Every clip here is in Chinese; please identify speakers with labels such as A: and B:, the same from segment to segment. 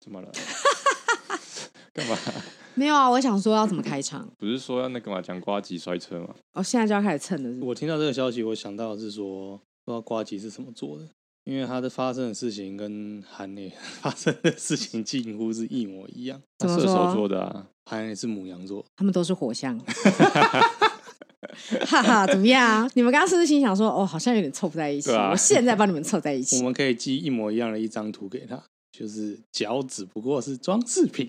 A: 怎么了？干嘛？
B: 没有啊，我想说要怎么开场？
A: 不是说要那个嘛，讲瓜吉摔车嘛？
B: 哦，现在就要开始蹭了是不是
C: 我听到这个消息，我想到的是说，不知道瓜吉是怎么做的，因为他的发生的事情跟韩磊 发生的事情近乎是一模一样。
B: 怎么
A: 射手
B: 说？
A: 座的啊，
C: 韩磊是母羊座，
B: 他们都是火象。 哈哈，怎么样？啊你们刚刚是不是心想说，哦，好像有点凑不在一起？
A: 对啊
B: 我现在帮你们凑在一
C: 我
B: 起。
C: 们可以寄一模一样的一张图给他，就是脚只不过是装饰品。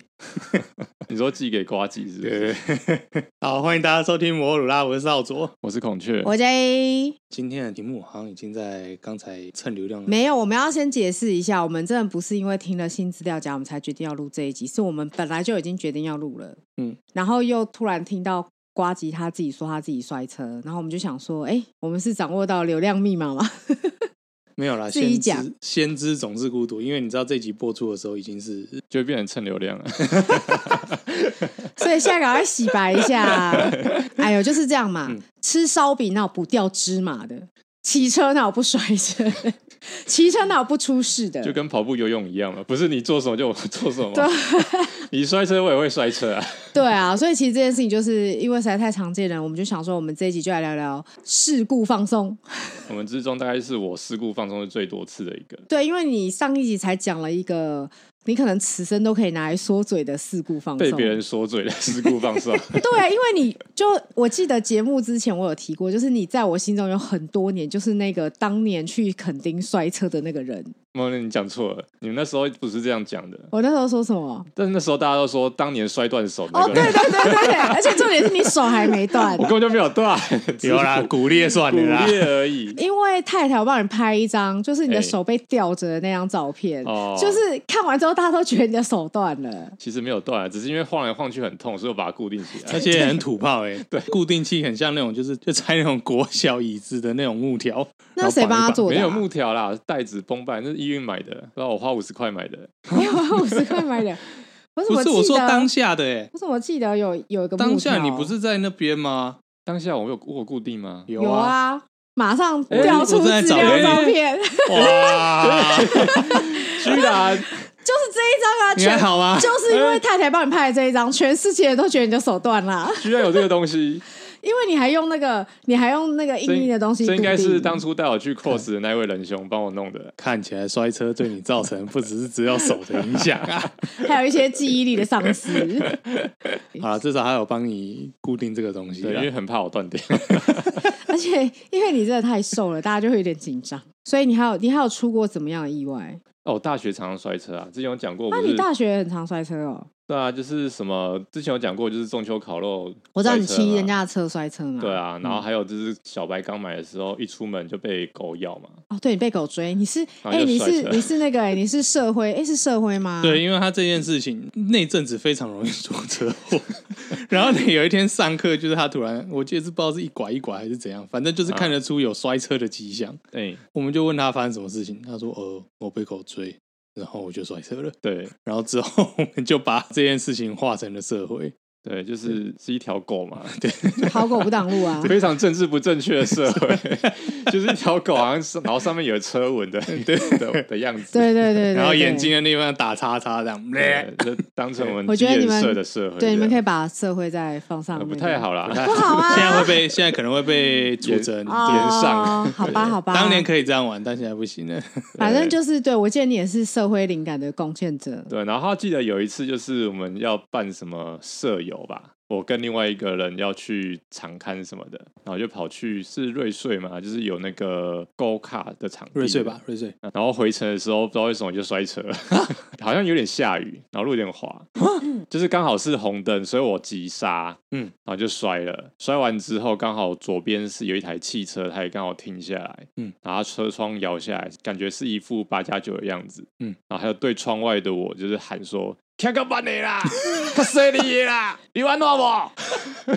A: 你说寄给瓜吉是不是？
C: 对，好，欢迎大家收听摩鲁拉，我是少佐。
A: 我是孔雀，
B: 我 J
C: 今天的题目好像已经在刚才蹭流量，
B: 没有，我们要先解释一下，我们真的不是因为听了新资料夹，我们才决定要录这一集，是我们本来就已经决定要录了，
C: 嗯，
B: 然后又突然听到瓜吉他自己说他自己摔车，然后我们就想说，哎，我们是掌握到流量密码吗？
C: 没有啦，
B: 自己
C: 先
B: 讲
C: 知先知总是孤独，因为你知道这集播出的时候已经是
A: 就会变成蹭流量了。
B: 所以现在赶快洗白一 下。哎呦，就是这样嘛，
C: 嗯
B: 吃烧饼哪有不掉芝麻的？骑车哪有不摔 车？骑车哪有不出事 的
A: 就？跟跑步、游泳一样嘛，不是你做什么就我做什么。你摔车我也会摔车啊，
B: 对啊，所以其实这件事情就是因为实在太常见了，我们就想说，我们这一集就来聊聊事故放松。
A: 我们之中大概是我事故放松的最多次的一个。
B: 对，因为你上一集才讲了一个，你可能此生都可以拿来说嘴的事故放松。
A: 被别人说嘴的事故放 松，
B: 对，因为你就我记得节目之前我有提过，就是你在我心中有很多年，就是那个当年去垦丁摔车的那个人。
A: 莫念你讲错了，你们那时候不是这样讲的，
B: 我那时候说什么？
A: 但是那时候大家都说当年摔断手那
B: 哦，
A: 个
B: 对
A: 人，
B: 对对对对，而且重点是你手还没断
A: 我，根本就没有断，
C: 有 啦，骨裂 算
A: 骨
C: 了啦。
A: 裂而已。
B: 因为太太我帮你拍一张，就是你的
A: 哎
B: 手被吊着的那张照片，
A: 哦
B: 就是看完之后大家都觉得你的手断了。
A: 其实没有断啊，只是因为晃来晃去很痛，所以我把它固定起
C: 而
A: 来。
C: 且很土炮哎、 对，固定器很像那种，就是就拆那种国小椅子的那种木 条。
B: 那谁帮他做
A: 没
B: 的、
A: 有
B: 啊？
A: 木条啦，带子绷带，那是医院买的，不知道我花五十块买的。
B: 没有啊，五十块买的。我怎
C: 不
B: 么
C: 是我
B: 记
C: 说
B: 得？
C: 当下的哎、
B: 我怎么记得有有一个木
C: 当下
B: 条
C: 你不是在那边吗？
A: 当下我有我有固定 吗？
C: 有
B: 有
C: 啊，
B: 啊？马上
C: 哎
B: 调
C: 我
B: 出
C: 正在
B: 资
C: 找
B: 料
C: 哎
B: 照片， 啊
C: 哇，
A: 居然
B: 就是这一张啊，
C: 你还
B: 全
C: 好哎吗？
B: 就是因为太太帮你拍的这一张，全世界都觉得你的手断了，
A: 居然有这个东西，
B: 因为你还用那个，你还用那个
A: 这
B: 硬硬的东西固
A: 这
B: 定。
A: 应该是当初带我去 cos 的那位仁兄帮我弄的。
C: 看起来摔车对你造成不只是只有手的影响 啊，
B: 还有一些记忆力的丧失。
C: 好啦至少还有帮你固定这个东西
A: 对，因
C: 啦
A: 为。很怕我断掉。
B: 而且因为你真的太瘦了，大家就会有点紧张。所以你还有你还有出过怎么样的意外？
A: 哦，我大学常常摔车啊，之前有讲过，
B: 那
A: 不
B: 你
A: 是
B: 大学很常摔车哦？
A: 对啊，就是什么之前有讲过，就是中秋烤肉，
B: 我知道你骑人。家的嗯车摔车嘛。
A: 啊对。啊，然后还有就是小白刚买的时候，一出门就被狗咬嘛，
B: 哦，对你被狗追，你是
A: 然后
B: 哎、
A: 就
B: 你
A: 摔车
B: 是你是那个哎、你是社会哎、是社会吗？
C: 对，。因为他这件事情那阵子非常容易出车祸， 然后呢有一天上课，就是他突然，我记得是不知道是一拐一拐还是怎样，反正就是
B: 嗯
C: 看得出有摔车的迹象。
A: 哎、
C: 我们就问他发生什么事情，他说：“呃，我被狗追，然后我就摔车了。
A: 对”
C: 然后之后我们就把这件事情化成了社会，
A: 对，就是是一条狗
B: 啊
A: 嘛，
B: 好狗不挡路啊！
A: 非常政治不正确的社 会，就是一条狗，好像是然后上面有车纹 的，对的的样子。
B: 对对对对。
C: 然后眼
B: 对
C: 睛的地方打叉叉这样，
A: 对，就当成我们
B: 我觉得你们
A: 基颜色的社会，
B: 对，你们
A: 这
B: 可以
A: 样
B: 把社会再放上、
A: 呃
B: 那
A: 不
B: 个
A: 太好 啦，
C: 不
B: 好啊
C: 现在会被现在可能 会被出征。
B: 哦
A: 连上
B: 好吧， 好吧。
C: 当年可以这样玩，但现在不行了。
B: 反正就是对我记得你也是社会灵感的贡献者。
A: 对，然后记得有一次就是我们要办什么舍友吧，我跟另外一个人要去长刊什么的，然后就跑去是瑞穗嘛，就是有那个 Go 卡的场地，
C: 瑞穗吧，瑞穗，
A: 然后回程的时候，不知道为什么就摔车， 好像有点下雨，然后路有点滑， 就是刚好是红灯，所以我急刹，嗯
C: 嗯，
A: 然后就摔了。摔完之后，刚好左边是有一台汽车，它也刚好停下来，嗯
C: 嗯，
A: 然后它车窗摇下来，感觉是一副八加九的样子，嗯
C: 嗯，
A: 然后还有对窗外的我就是喊说。看个半你 啦，他摔你的啦，你玩闹不？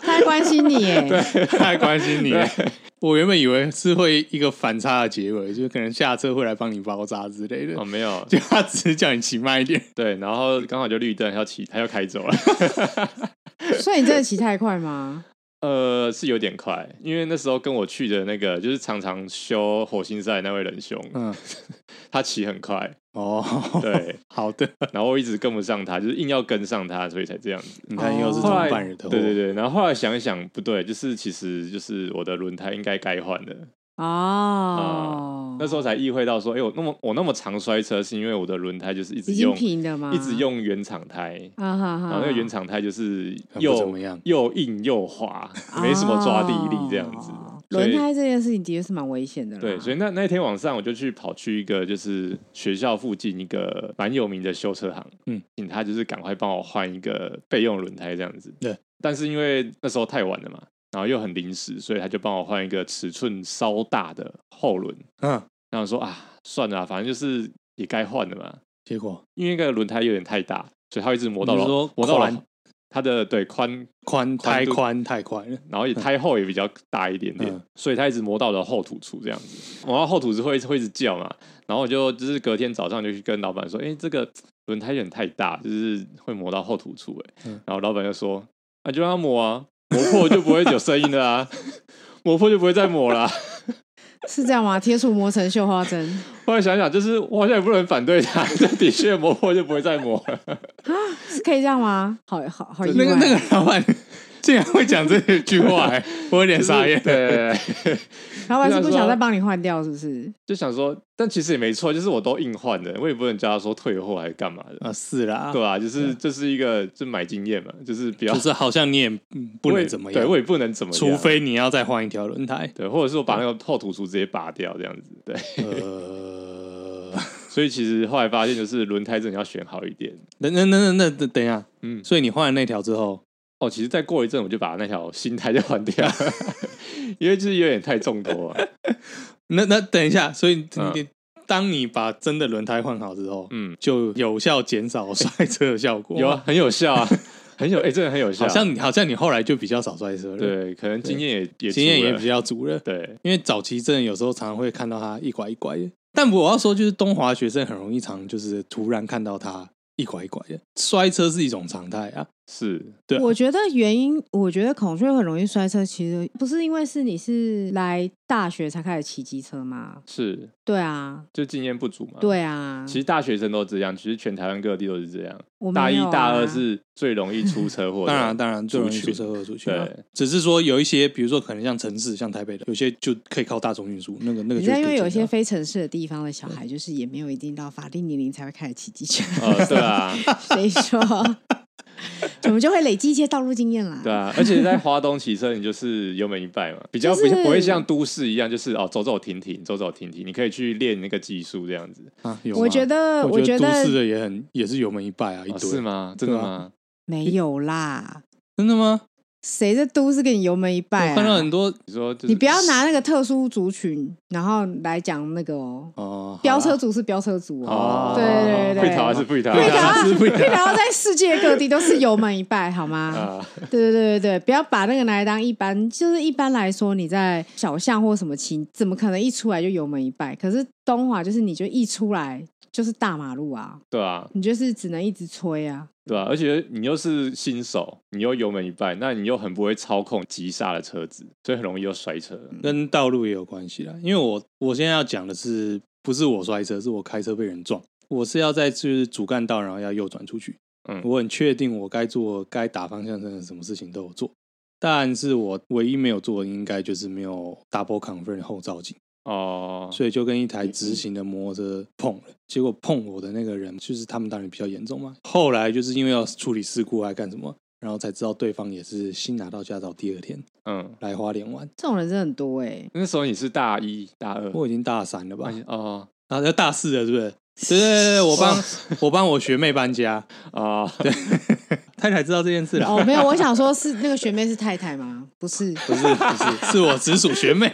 B: 他还关心你 耶，
C: 太关心你了
A: 对。
C: 我原本以为是会一个反差的结尾，就是可能下车会来帮你包扎之类的
A: 哦，，没有，
C: 就他只是叫你骑慢一点。
A: 对，然后刚好就绿灯，要骑，他要开走了。
B: 所以你真的骑太快吗？
A: 呃，是有点快，因为那时候跟我去的那个就是常常修火星赛那位仁兄，
C: 嗯，
A: 他骑很快，
C: 哦，
A: 对，
C: 好的，
A: 然后我一直跟不上他，就是硬要跟上他，所以才这样子。
C: 你看又是
B: 哦
C: 同
A: 后来
C: 伴人的，
A: 对对，对，然后后来想一想，不对，就是其实就是我的轮胎应该该换的。
B: 哦，
A: 那时候才意会到说，哎、我那么我那么常摔车，是因为我的轮胎就是一直
B: 已经
A: 用
B: 平的吗？
A: 一直用原厂胎，
B: 啊哈哈，
A: 然后那个原厂胎就是
C: 很不怎
A: 又
C: 么样，
A: 又硬又滑，没什么抓地力这样子。
B: 啊哦
A: 所以
B: 轮胎这件事情的确是蛮危险的
C: 啊
B: 啦，
A: 对，所以那那天晚上我就去跑去一个就是学校附近一个蛮有名的修车行，
C: 嗯，
A: 请他就是赶快帮我换一个备用轮胎这样子。
C: 对，
A: 但是因为那时候太晚了嘛，然后又很临时，所以他就帮我换一个尺寸稍大的后轮。
C: 嗯，
A: 然后我说啊，算了啊、反正就是也该换了嘛，
C: 结果
A: 因为那个轮胎有点太大，所以它一直磨到
C: 你
A: 了，
C: 是说
A: 磨到了
C: 宽
A: 它的对宽，
C: 宽
A: 宽
C: 太
A: 度
C: 宽太宽了，
A: 然后也胎厚也比较大一点点，
C: 嗯
A: 所以它一直磨到了后土处这样子，磨到后土是会会一直叫嘛，然后我就就是隔天早上就去跟老板说，哎，这个轮胎有点太大，就是会磨到后土处哎、
C: 嗯
A: 然后老板就说，那、就让它磨啊，磨破就不会有声音了啊， 磨破就不会再磨啦、
B: 是这样吗？铁杵磨成绣花针
A: 后来想想，就是我好像也不能反对他， 这的确磨破就不会再磨了。
B: 是可以这样吗？好好好意外，
C: 那个那个老板竟然会讲这句话， 哎我有点 傻眼。
A: 对，
B: 老板是不
A: 就想
B: 想
A: 说
B: 再帮你换掉，是不是？
A: 就想说，但其实也没错，就是我都硬换的，我也不能叫他说退货还是干嘛的，
C: 啊，是啦，
A: 对吧、就是这、是一个就买经验嘛，就是不要
C: 就是好像你也嗯不
A: 我
C: 能
A: 也
C: 怎么
A: 对
C: 样
A: 我，也不能怎么样，
C: 除非你要再换一条 轮胎。
A: 对，或者是我把那个后土厨直接拔掉这样子。对，
C: 呃，
A: 所以其实后来发现，就是轮胎真的要选好一点。
C: 等等等等等等一下，
A: 嗯，
C: 所以你换了那条之后，
A: 哦，其实再过一阵我就把那条新胎就换掉， 因为就是有点太重多了。
C: 那那等一下，所以
A: 嗯
C: 你当你把真的轮胎换好之后，
A: 嗯，哎
C: 就有效减少摔车的效果。
A: 有啊，，很有效啊， 很有哎、真的很有效。
C: 好像你好像你后来就比较少摔车了，，
A: 对，可能经验也也
C: 经验
A: 足
C: 也
A: 了
C: 比较足了。
A: 对，
C: 因为早期真的有时候常常会看到他一拐一拐的，但我要说就是东华学生很容易常就是突然看到他一拐一拐的，摔车是一种常态啊。
A: 是
C: 对啊
B: 我觉得原因，我觉得孔雀很容易摔车，其实不是因为是你是来大学才开始骑机车吗？
A: 是，
B: 对啊，
A: 就经验不足嘛。，
B: 对啊，
A: 其实大学生都这样，其实全台湾各地都是这样。
B: 我
A: 大
B: 没
A: 一
B: 有啊、
A: 大二是最容易出车祸的，
C: 当然啊当然最容易
A: 族群
C: 出车祸的出去、啊
A: 对，
C: 只是说有一些，比如说可能像城市，像台北的，有些就可以靠大众运输，那个那
B: 你
C: 个就
B: 知道，因为
C: 对
B: 有一
C: 症的
B: 些
C: 啊
B: 非城市的地方的
C: 嗯
B: 小孩，就是也没有一定到法定年龄才会开始骑机车，
A: 呃，对啊，
B: 所以 说我们就会累积一些道路经验啦。
A: 对啊，而且在华东骑车，你就是油门一拜嘛，比较不、
B: 就是
A: 不会像都市一样，就是哦走走停停，走走停停，你可以去练那个技术这样子。
C: 啊，有
B: 呃我
C: 吗
B: 觉得，
C: 我
B: 觉
C: 都
B: 得
C: 市的也很也是油门一拜啊，一
A: 哦、
C: 堆、
A: 是吗？真的
C: 对啊
A: 吗？
B: 没有啦，
C: 真的吗？
B: 谁在都市给你油门一拜、啊？
C: 我看到很多
A: 你说就是
B: 你不要拿那个特殊族群，然后来讲那个哦，
C: 哦，
B: 飙车
C: 主
B: 族是飙车族
A: 哦，
B: 哦，对对对
A: 会逃还是不会逃？
B: 会逃
C: 是不
B: 可以聊到在世界各地都是油门一拜，好 吗？
A: 啊，
B: 对对对对对，不要把那个拿来当一般，就是一般来说你在小巷或什么骑，怎么可能一出来就油门一拜？可是东华就是你就一出来就是大马路啊，
A: 对啊，
B: 你就是只能一直吹啊。
A: 对啊，而且你又是新手，你又油门一拜，那你又很不会操控急刹的车子，所以很容易又摔车。
C: 跟道路也有关系啦。因为我我现在要讲的是，不是我摔车，是我开车被人撞。我是要在就是主干道，然后要右转出去。
A: 嗯
C: 我很确定我该做、该打方向灯的什么事情都有做，但是我唯一没有做的应该就是没有 double confirm 后照镜，
A: 哦，
C: 所以就跟一台直行的摩托车碰了。结果碰我的那个人，就是他们当然比较严重嘛。后来就是因为要处理事故还干什么，然后才知道对方也是新拿到驾照第二天
A: 嗯，
C: 来花莲玩。
B: 这种人真的很多哎、
A: 那时候你是大一、大二，
C: 我已经大三了吧？
A: 哦
C: 啊，要大四了是不是？对对对对，我 帮我帮我学妹搬家，
A: 哦，
C: 太太知道这件事了。
B: 哦，没有，我想说是那个学妹是太太吗？不是，
C: 不是不是，是我直属 学妹，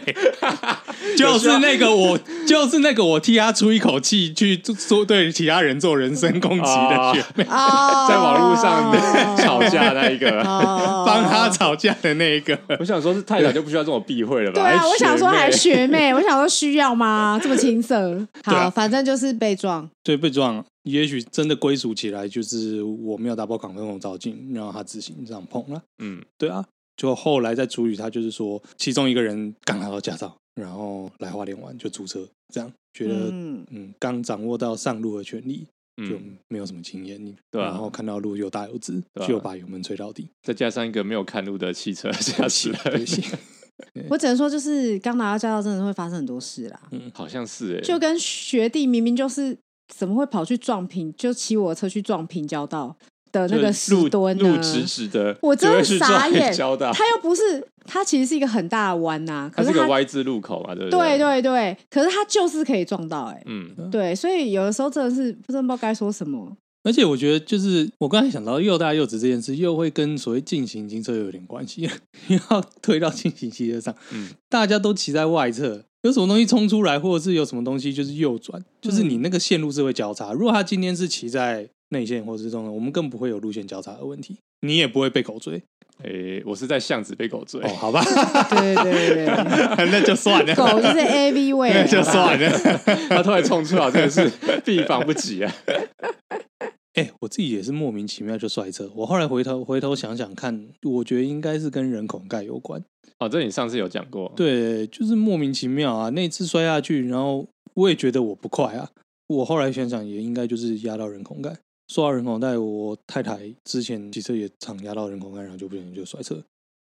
C: 就是那个我，就是那个我替她出一口气去做对其他人做人身攻击的学妹，
B: 哦，
A: 在网络上 吵架那一个，啊
B: 哦，
C: 帮她吵架的那一个。
A: 我想说是太太就不需要这种避讳了吧？
B: 对啊，
A: 还
B: 我想说还
A: 学
B: 学妹，我想说需要吗？这么青涩，
C: 对啊
B: 好，反正就是被撞，
C: 对，被撞，也许真的归属起来就是我没有打包扛分红照镜，然后她自行这样碰了。
A: 妹，嗯，
C: 对啊，就后来在主语，他就是说，其中一个人刚拿到驾照，然后来花莲玩就租车，这样觉得
B: 嗯，
C: 嗯，刚掌握到上路的权利，就
A: 嗯，
C: 没有什么经验，你
A: 对啊
C: 然后看到路又大又直
A: 对，啊
C: 就把油门吹到底，
A: 再加上一个没有看路的汽车驾驶
C: 对不
A: 人，
C: 起，
B: 我只能说，就是刚拿到驾照，真的会发生很多事啦。
A: 好像是哎、
B: 就跟学弟明明就是怎么会跑去撞平，就骑我的车去撞平交道的那个
A: 就是路
B: 石墩
A: 路
B: 呢？
A: 直直的，
B: 我真
A: 就
B: 的
A: 会去撞
B: 傻眼
A: 交大，
B: 他又不是，他其实是一个很大的弯呐、
A: 它
B: 可
A: 是
B: 他
A: 个 Y 字路口嘛，对不对
B: 对
A: 对，
B: 对对，可是他就是可以撞到哎、
A: 嗯，
B: 对，所以有的时候真的是不知道该说什 么。
C: 而且我觉得，就是我刚才想到又大又直这件事，又会跟所谓进行机车有点关系，因为要推到进行机车上，
A: 嗯
C: 大家都骑在外侧，有什么东西冲出来，或者是有什么东西就是右转，就是你那个线路是会交叉。如果他今天是骑在内线或是中的，我们更不会有路线交叉的问题，你也不会被狗追。
A: 诶、我是在巷子被狗追，
C: 哦，好吧，
B: 对对对对，
C: 那就 算了，
B: 狗就是啊 A V 位，
C: 那就算了。
A: 他突然冲出来，真的是避防不及啊！
C: 哎、我自己也是莫名其妙就摔车。我后来回头回头想想看，我觉得应该是跟人孔盖有关。
A: 哦，这你上次有讲过，
C: 对，就是莫名其妙啊！那一次摔下去，然后我也觉得我不快啊。我后来想想，也应该就是压到人孔盖。说到人孔盖，我太太之前骑车也常压到人孔盖，然后就不小心就摔车，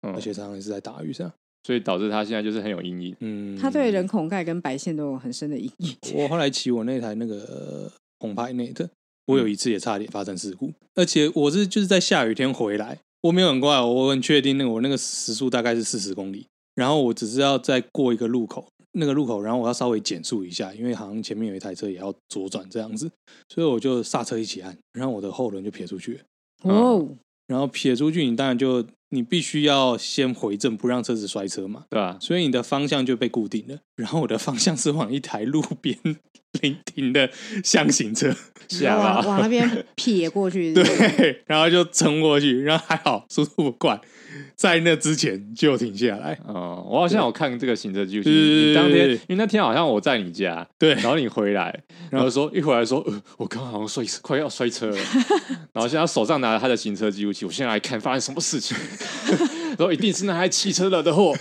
A: 嗯
C: 而且常常也是在大雨上。
A: 所以导致他现在就是很有阴影。
C: 嗯，
B: 他对人孔盖跟白线都有很深的阴影。
C: 我后来骑我那台那个呃红牌内特，我有一次也差点发生事故，而且我是就是在下雨天回来，我没有很快，哦我很确定那个我那个时速大概是四十公里，然后我只是要再过一个路口，那个路口，然后我要稍微减速一下，因为好像前面有一台车也要左转这样子，所以我就刹车一起按，然后我的后轮就撇出去了，
B: 哦，
C: 然后撇出去，你当然就你必须要先回正，不让车子摔车嘛。
A: 对吧、
C: 所以你的方向就被固定了。 然后我的方向是往一台路边 临停的箱型车， 啊
A: 吓
B: 往
A: 到，
B: 往那边撇过去，
C: 对，然后就冲过去，然后还好速度不快，在那之前就停下来。
A: 哦，我好像有看这个行车记录器。
C: 对
A: 你当天，
C: 对
A: 因为那天好像我在你家，
C: 对
A: 然后你回来，然后说一回来说，呃，我刚刚好像摔快要摔 车了，然后现在手上拿着他的行车记录器，我现在来看发生什么事 情，然后一定是那台汽车惹的祸，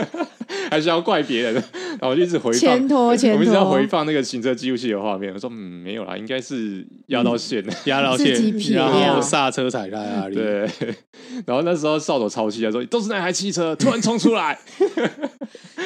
A: 还是要怪别人，然后我就一直回
B: 前
A: 放。
B: 拖
A: 我
B: 前
A: 们一直
C: 哦
A: 要
B: 拖
A: 回，放那个行车记录器的画面，我说嗯没有啦，应该是压到线了。
C: 压到
B: 自己
C: 线，
B: 撇
C: 然
B: 掉
C: 后刹车踩在哪 里？，
A: 对， 然后那时候扫帚超气的说，都是那台汽车突然冲出 来，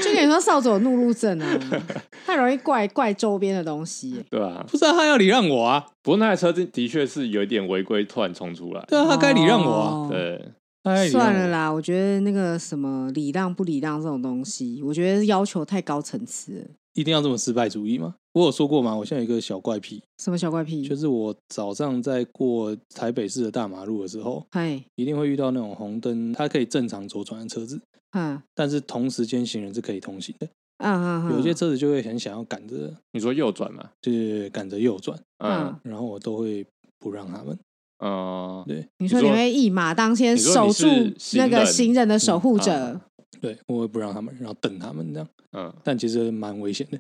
B: 就跟你说扫帚有怒路症啊，太容易怪怪周边的东西。
A: 对吧、
C: 不知道他要礼让我啊，
A: 不过那台车的的确是有一点违规，突然冲出来。
C: 对啊，他该礼让我啊，
B: 哦，
A: 对，
C: 他该礼让我啊
B: 算了。啦，我觉得那个什么礼让不礼让这种东西，我觉得要求太高层次了。
C: 一定要这么失败主义吗？我有说过吗？我现在有一个小怪癖，
B: 什么小怪癖
C: 就？是我早上在过台北市的大马路的时候，
B: 嗨，
C: 一定会遇到那种红灯，它可以正常左转的车子，
B: 嗯
C: 但是同时间行人是可以通行的。
B: 嗯嗯，嗯
C: 有些车子就会很想要赶着，
A: 你说右转嘛？
C: 就是赶着右转，
A: 嗯
B: 嗯，
C: 然后我都会不让他们。
A: 哦、
C: 对，
B: 你说
A: 你
B: 你
A: 说
B: 会一马当先，
A: 你说你
B: 守
A: 是
B: 住那个
A: 行
B: 行人的守护者
A: 啊。
C: 对我会不让他们，然后等他们这样，
A: 嗯，
C: 但其实蛮危险的。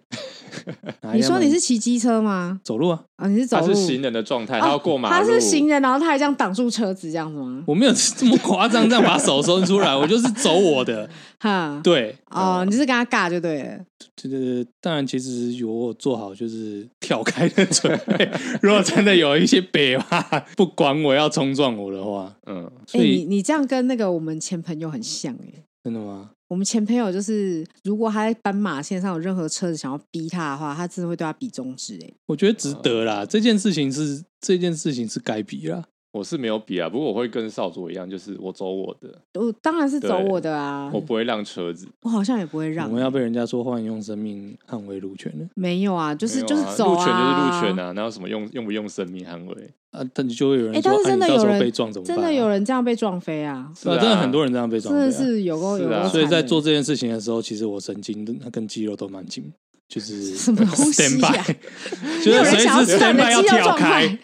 C: 哪一辆
B: 你说你
C: 门
B: 是骑机车吗？
C: 走路啊？
B: 啊，你是
A: 他
B: 走路？
A: 是行人的状态，
B: 哦
A: 他要过马
B: 他
A: 路，
B: 是行人，然后他还这样挡住车子，这样子吗？
C: 我没有 这么夸张，这样把手伸出来，我就是走我的。
B: 哈，
C: 对，
B: 哦，你是跟他尬就对了。
C: 这个当然其实有做好就是跳开的准备。如果真的有一些北吧，不管我要冲撞我的话，
A: 嗯，
B: 哎、
C: 所
B: 你
C: 以、
B: 你这样跟那个我们前朋友很像哎、
C: 真的吗？
B: 我们前朋友就是，如果他在斑马线上有任何车子想要逼他的话，他真的会对他比中指哎、
C: 我觉得值得啦，这件事情是这件事情是该比啦。
A: 我是没有比啊，不过我会跟少佐一样，就是我走我的，
B: 我当然是走
A: 对
B: 我的啊，
A: 我
B: 我
A: 不会让车子，
B: 好像也不会让
C: 我。们要被人家说换用生命捍卫路权了
B: 没有啊，就是、
A: 没
B: 就
A: 有
B: 是
A: 啊
B: 走
A: 路权
B: 啊，
A: 就是路权啊，哪有什么用用不用生命捍卫？
C: 啊，但就会有
B: 哎
C: 人说，
B: 但是
C: 啊
B: 真的
C: 你到时
B: 有
C: 候
B: 人
C: 被撞怎么办
B: 真
C: 啊？
B: 的有人这样被撞飞啊，
A: 是
C: 对啊，真的很多人这样被撞
B: 真
C: 飞啊，
B: 的是有够有
A: 是啊
B: 够
C: 所以
B: 惨的欸
C: 在做这件事情的时候，其实我神经的跟肌肉都蛮紧，就是
B: 什么东西
C: stand
B: 啊
C: by，就是
B: 有人
C: 随
B: 想要
C: 时
B: 知道
C: stand
B: 你的
C: by 要
B: 肌肉
C: 跳
B: 状
C: 开
B: 态。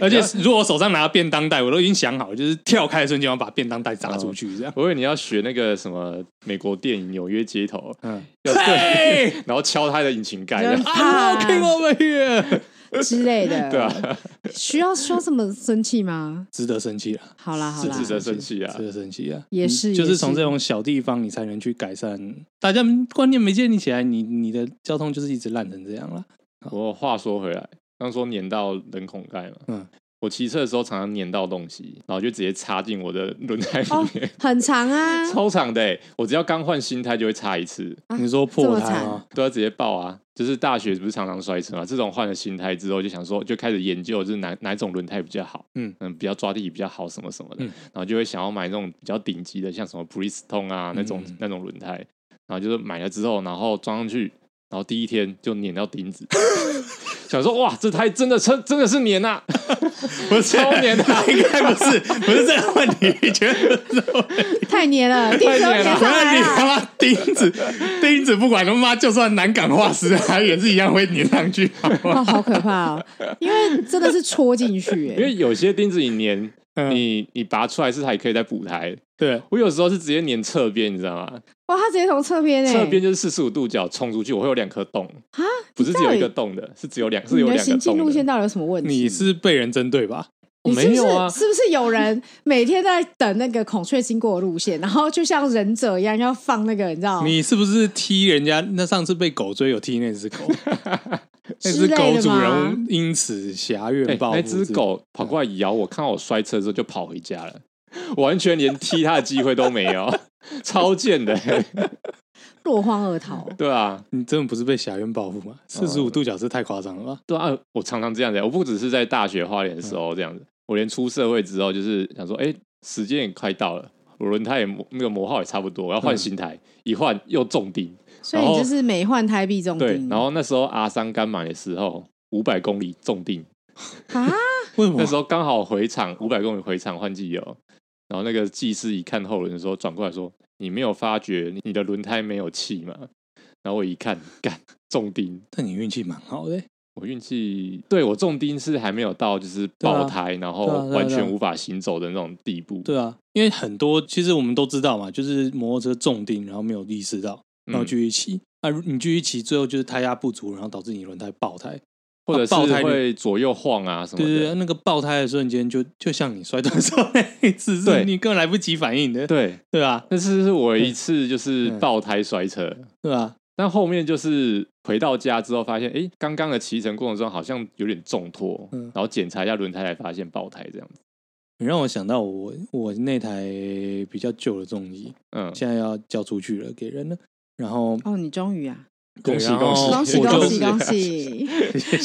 C: 而且如果我手上拿便当袋，我都已经想好，就是跳开的瞬间要把便当袋砸出
B: 嗯
C: 去，这样。
A: 我以为你要学那个什么美国电影《纽约街头》，
C: 嗯，
A: 要对，然后敲他的引擎盖，这样
B: 啊
C: I'm walking 哎 over here。
B: 之类的，
A: 对啊，
B: 需要需要这么生气吗？
C: 值得生气了，
B: 好啦 好
A: 是
B: 啦，
A: 值得生气啊
C: 值！得生气啊！
B: 也是
C: 你
B: 也
C: 就是从
B: 是
C: 这种小地方，你才能去改善。大家观念没建立起来，你你的交通就是一直烂成这样了。
A: 我话说回来，刚说碾到人孔盖嘛，
C: 嗯，
A: 我骑车的时候常常碾到东西，然后就直接插进我的轮胎里
B: 哦
A: 面，，
B: 很长啊，
A: 超长的、欸。我只要刚换新胎就会插一次，
B: 啊
C: 你说破
B: 这么
C: 胎
B: 惨
C: 啊？
A: 都要直接爆啊！就是大学不是常常摔车嘛，这种换了新胎之后，就想说就开始研究，就是哪哪种轮胎比较好，
C: 嗯
A: 嗯，比较抓地比较好什么什么的，
C: 嗯
A: 然后就会想要买那种比较顶级的，像什么 Bristol 啊那种、
C: 嗯
A: 那种轮胎，然后就是买了之后，然后装上去，然后第一天就碾到钉 子，想说哇，这胎真的车真的是碾啊，
C: 不是
A: 超黏的
C: 应该不是， 不是这个问题，绝对不是这个 问题。
B: 太黏了，地址都
A: 太黏
B: 黏
A: 了
B: 上
C: 不然
B: 来
C: 你
B: 了。
C: 他妈钉子，钉子不管他妈，就算南港画师，他也是一样会粘上 去，好不好？
B: 哇，好可怕哦！因为真的是戳进 去、
A: 因
B: 欸，
A: 为有些钉子你碾，
C: 嗯
A: 你你拔出来是还可以再补胎。
C: 对，
A: 我有时候是直接碾侧边，你知道吗？
B: 哇，他直接从侧边哎、
A: 侧边就是四十五度角冲出去，我会有两颗洞，
B: 啊，
A: 不是只有一个
B: 你
A: 洞的，是只有两，是
B: 你
A: 有
B: 的
A: 两个
B: 行进
A: 洞
B: 路线
A: 的。
B: 到底有什么问题？
C: 你是被人针对吧？
A: 我
B: 你是不
A: 没
B: 是
A: 有啊，
B: 是不是有人 每天在等那个孔雀经过的路线，然后就像忍者一样要放那个，你知道吗？
C: 你是不是踢人家？那上次被狗追，有踢那只 狗，那
B: 之
C: 只
B: 类的
C: 狗主
B: 吗
C: 人因此侠
A: 哎
C: 怨报复
A: 那只狗跑过来咬我，看到我摔车之后就跑回家了， 完全连踢它的机会都没有， 超贱的、
B: 落荒而逃，
A: 对啊，
C: 你真的不是被侠怨报复吗？四十五度角是太夸张 了吧？
A: 对啊，我常常这样子、我不只是在大学花莲的时候这样子，我连出社会之后就是想说，哎、时间也快到了，我轮胎也磨那个磨耗也差不多，我要换新胎，一换又中钉，
B: 所以
A: 然
B: 你
A: 后
B: 就是每换胎必中
A: 对
B: 钉，，
A: 然后那时候阿三刚买的时候，五百公里重定，
B: 啊，
C: 为什么？
A: 那时候刚好回厂五百公里回厂换机油，然后那个技师一看后轮的时候，转过来说：“你没有发觉你的轮胎没有气吗？”然后我一看， 干重钉，
C: 但你运气蛮好的欸、
A: 我运气对我重钉是还没有到就是爆胎，然后
C: 对啊对啊
A: 完全
C: 对啊
A: 无法行走的那种地步。
C: 对啊，因为很多其实我们都知道嘛，就是摩托车重钉，然后没有意识到，然后
A: 嗯
C: 继续骑。啊，如你继续骑，最后就是胎压不足，然后导致你轮胎爆胎。
A: 或者是
C: 啊爆胎率
A: 会左右晃啊什么
C: 对对对，
A: 的。
C: 那个爆胎的瞬间就，就像你摔断手那一次，是
A: 对
C: 你根本来不及反应的，
A: 对，
C: 对啊吧？
A: 那次是我一次就是
C: 嗯
A: 爆胎摔车，
C: 对啊吧？
A: 但后面就是回到家之后发现，哎，刚刚的骑乘过程中好像有点重拖，
C: 嗯
A: 然后检查一下轮胎才发现爆胎这样子。
C: 你让我想到我我那台比较旧的重机，
A: 嗯，
C: 现在要交出去了，给人了。然后
B: 哦，你终于啊，
C: 对
A: 恭喜
C: 然后
A: 哦
B: 恭喜
C: 我就
B: 恭喜
A: 我
B: 恭
A: 就是
B: 喜！
C: 谢谢谢谢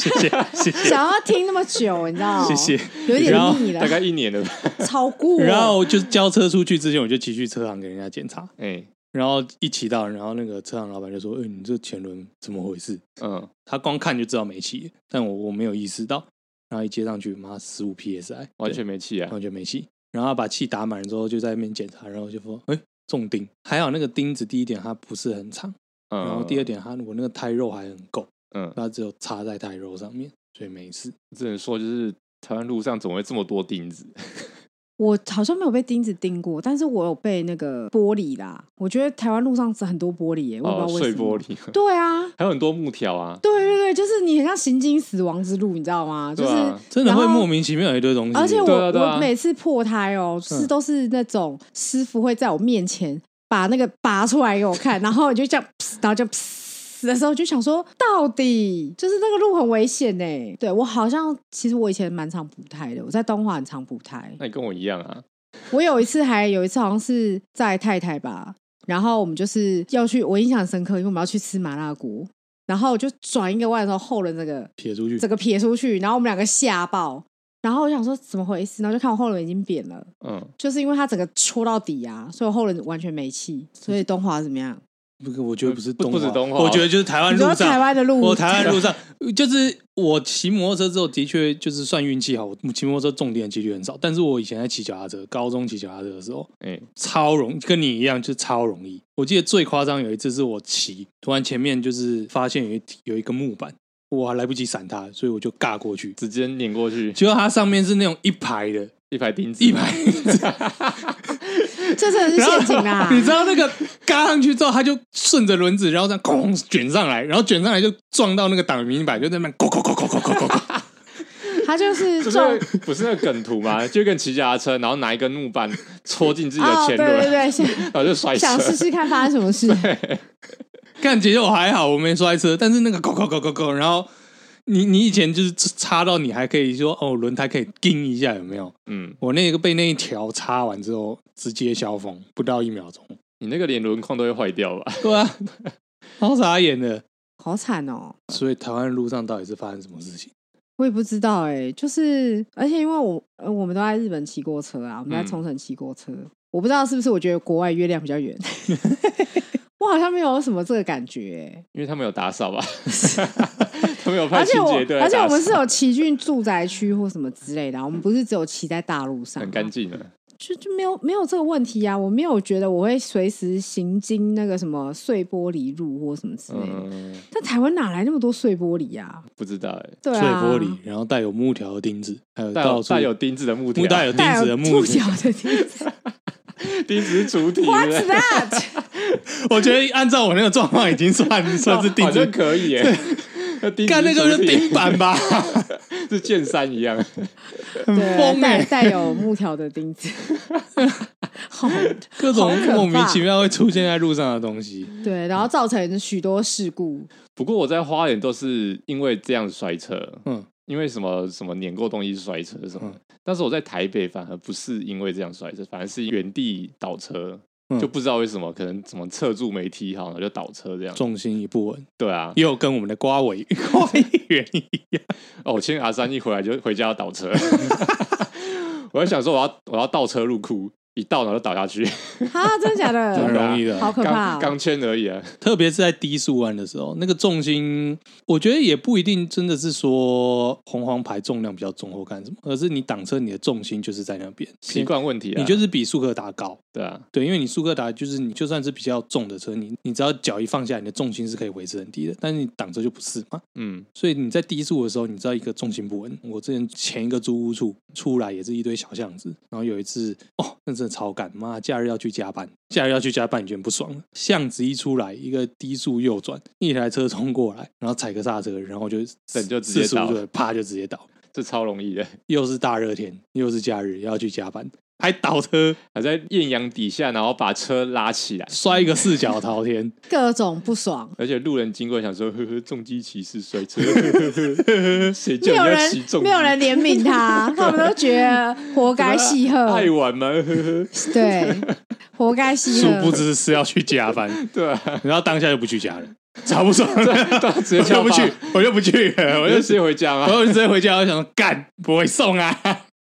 C: 谢谢
B: 想要听那么久，你知道吗？
C: 谢谢。
B: 有点
C: 然后
B: 腻了
A: 大，概一年了吧。
B: 超过我。
C: 然后就是交车出去之前，我就骑去车行给人家检查，
A: 哎，
C: 然后一骑到，然后那个车行老板就说：“哎、你这前轮怎么回事
A: 嗯，？”
C: 他光看就知道没气，但我我没有意识到，然后一接上去，妈十五 psi，
A: 完全没气啊
B: 哦
C: 对。完全没气。然后他把气打满了之后，就在那边检查，然后就说：“哎、中钉。”还好那个钉子，第一点它不是很长，
A: 嗯，
C: 然后第二，点它我那个胎肉还很够，
A: 嗯，
C: 它只有插在胎肉上面，所以没事。
A: 只能说就是台湾路上怎么会这么多钉子？
B: 我好像没有被钉子钉过，但是我有被那个玻璃啦。我觉得台湾路上是很多玻璃耶，我也不
A: 哦，
B: 知道为
A: 碎
B: 什么。
A: 玻璃，
B: 对啊，
A: 还有很多木条啊。
B: 对对对，就是你很像行经死亡之路，你知道吗？就
A: 对
B: 是、
A: 啊
C: 真的会
B: 然后
C: 莫名其妙有一堆东西。
B: 而且我、
A: 对啊对啊
B: 我每次破胎哦，是
C: 嗯
B: 都是那种师傅会在我面前把那个拔出来给我看，然后我就这样，噗然后就噗的时候就想说，到底就是那个路很危险呢。对我好像其实我以前蛮常补胎的，我在东华很常补胎。
A: 那你跟我一样啊，
B: 我有一次还有一次好像是在太太吧，然后我们就是要去，我印象很深刻，因为我们要去吃麻辣锅，然后我就转一个弯的时候，后轮这个
C: 撇出去，
B: 整个撇出去，然后我们两个吓爆，然后我想说怎么回事，然后就看我后轮已经扁了，
A: 嗯，
B: 就是因为它整个戳到底啊，所以我后轮完全没气，所以东华怎么样？
C: 不是，我觉得不是
A: 不
C: 东
A: 不止
C: 华
A: 东华
C: 我觉得就是台湾
B: 你
C: 路
B: 说
C: 上，
B: 台湾的路，
C: 我台湾路上，就是我骑摩托车之后，的确就是算运气好，我骑摩托车重点的几率很少。但是我以前在骑脚踏车，高中骑脚踏车的时候，
A: 哎，
C: 超容跟你一样，就超容易。我记得最夸张有一次是我骑，突然前面就是发现有一有一个木板，我还来不及闪它，所以我就尬过去。
A: 直接碾过去
C: 结果它上面是那种一排的，
A: 一排钉子，
C: 一排，
B: 这真的是陷阱啊啦！
C: 你知道那个嘎上去之后，他就顺着轮子，然后这样咣卷上来，然后卷上来就撞到那个挡泥板，就在那边咕咕咕咕咕咕 咕咕。
B: 他就是
A: 不是
B: 撞
A: 那个不是那个梗图吗？就跟骑脚踏车，然后拿一根木板戳进自己的
B: 哦，
A: 前
B: 对对
A: 轮，
B: 对，想
A: 然后就摔车
B: 想。试试看发生什么事。
C: 看结果还好，我没摔车，但是那个咕咕咕咕咕，然后你你以前就是插到你还可以说哦，轮胎可以叮一下，有没有？
A: 嗯，
C: 我那个被那一条插完之后，直接消风，不到一 秒钟。
A: 你那个连轮框都会坏掉吧？
C: 对啊，好傻眼的。
B: 好惨哦！
C: 所以台湾路上到底是发生什么事情？
B: 我也不知道哎、就是而且因为我呃，我们都在日本骑过车啊，我们在
A: 嗯
B: 冲绳骑过车，我不知道是不是我觉得国外月亮比较圆， 我好像没有什么这个感觉
A: 因为他们有打扫吧， 他们有
B: 欸、
A: 派
B: 而且
A: 清
B: 我
A: 洁队来
B: 而且我
A: 打
B: 们是
A: 扫，
B: 有骑进住宅区或什么之类的啊，我们不是只有骑在大路上，啊
A: 很干净的。
B: 就就没有没有这个问题啊，我没有觉得我会随时行经那个什么碎玻璃路或什么之类的。
A: 嗯，
B: 但台湾哪来那么多碎玻璃啊？
A: 不知道哎，
B: 对
C: 碎
B: 啊，
C: 玻璃，然后带有木条的钉子，还有
A: 带
C: 到
A: 有
C: 处
A: 带有钉子的木条
C: 木，带有钉
B: 带
C: 子
B: 有
C: 的木
B: 角
C: 条。
B: 的钉子
A: 钉子是主体，
B: ，What's
A: 对不对
B: that？
C: 我觉得按照我那个状况，已 经算算是钉
A: 好像
C: 子。
A: 可以耶。 那钉子
C: 欸干那个
A: 是
C: 就
A: 主体
C: 钉，板吧，
A: 是 剑三一样。
C: 很
B: 对，
C: 疯
B: 带
C: 哎、
B: 带有木条的钉 子，好
C: 各种
B: 好可怕
C: 莫名其妙会出现在路上的东西。
B: 对，然后造成许多事故。
A: 不过我在花莲都是因为这样摔车，
C: 嗯，
A: 因为什么什么碾过东西摔车什么的。但是我在台北反而不是因为这样摔车，反而是原地倒车，
C: 嗯
A: 就不知道为什么，可能什么侧柱没踢好，然后就倒车这样。
C: 重心一不稳，
A: 对啊，
C: 又跟我们的瓜尾 瓜尾原因一样。
A: 哦，我今天阿三一回来就回家要倒车， 我在想说我要我要倒车入库，一倒然后就倒下去，
B: 啊，真的假
A: 真的
B: 的？
C: 很
A: 啊
C: 容易的，
B: 好可怕
A: 钢
B: 哦！
A: 钢圈而已啊。
C: 特别是在低速弯的时候，那个重心，我觉得也不一定真的是说红黄牌重量比较重或干什么，而是你挡车你的重心就是在那边，
A: 习惯问题啊，
C: 你就是比速克达高。
A: 对啊，
C: 对，因为你速克达就是你就算是比较重的车，你你只要脚一放下，你的重心是可以维持很低的，但是你挡车就不是嘛。
A: 嗯，
C: 所以你在低速的时候，你知道一个重心不稳。我之前前一个租屋处出来也是一堆小巷子，然后有一次哦，那真的超赶，妈，假日要去加班，假日要去加班已经很不爽了。巷子一出来，一个低速右转，一台车冲过来，然后踩个刹车，然后就
A: 对就直接
C: 45
A: 倒
C: 度的啪就直接倒。
A: 这超容易的，
C: 又是大热天，又是假日，要去加班，还倒车，
A: 还在艳阳底下，然后把车拉起来，
C: 摔一个四脚朝天。
B: 各种不爽，
A: 而且路人经过想说，呵呵，重机骑士摔车， 呵呵呵谁
B: 没
A: 叫
B: 有
A: 人家
B: 人
A: 骑重机？
B: 没有人怜悯 他，他们都觉得活该戏
C: 哎
A: 爱
B: 贺，
A: 玩吗？呵呵，
B: 对， 活该戏
C: 殊不
B: 贺。
C: 知是要去加班，
A: 对啊，
C: 然后当下就不去加了，超不爽，
A: 直接
C: 我就
A: 叫
C: 不
A: 爸
C: 去，，我就不去了，
A: 我
C: 我
A: 就
C: 就
A: 直接回家
C: 我
A: 啊。
C: 就直接回家，我想说干不会送啊，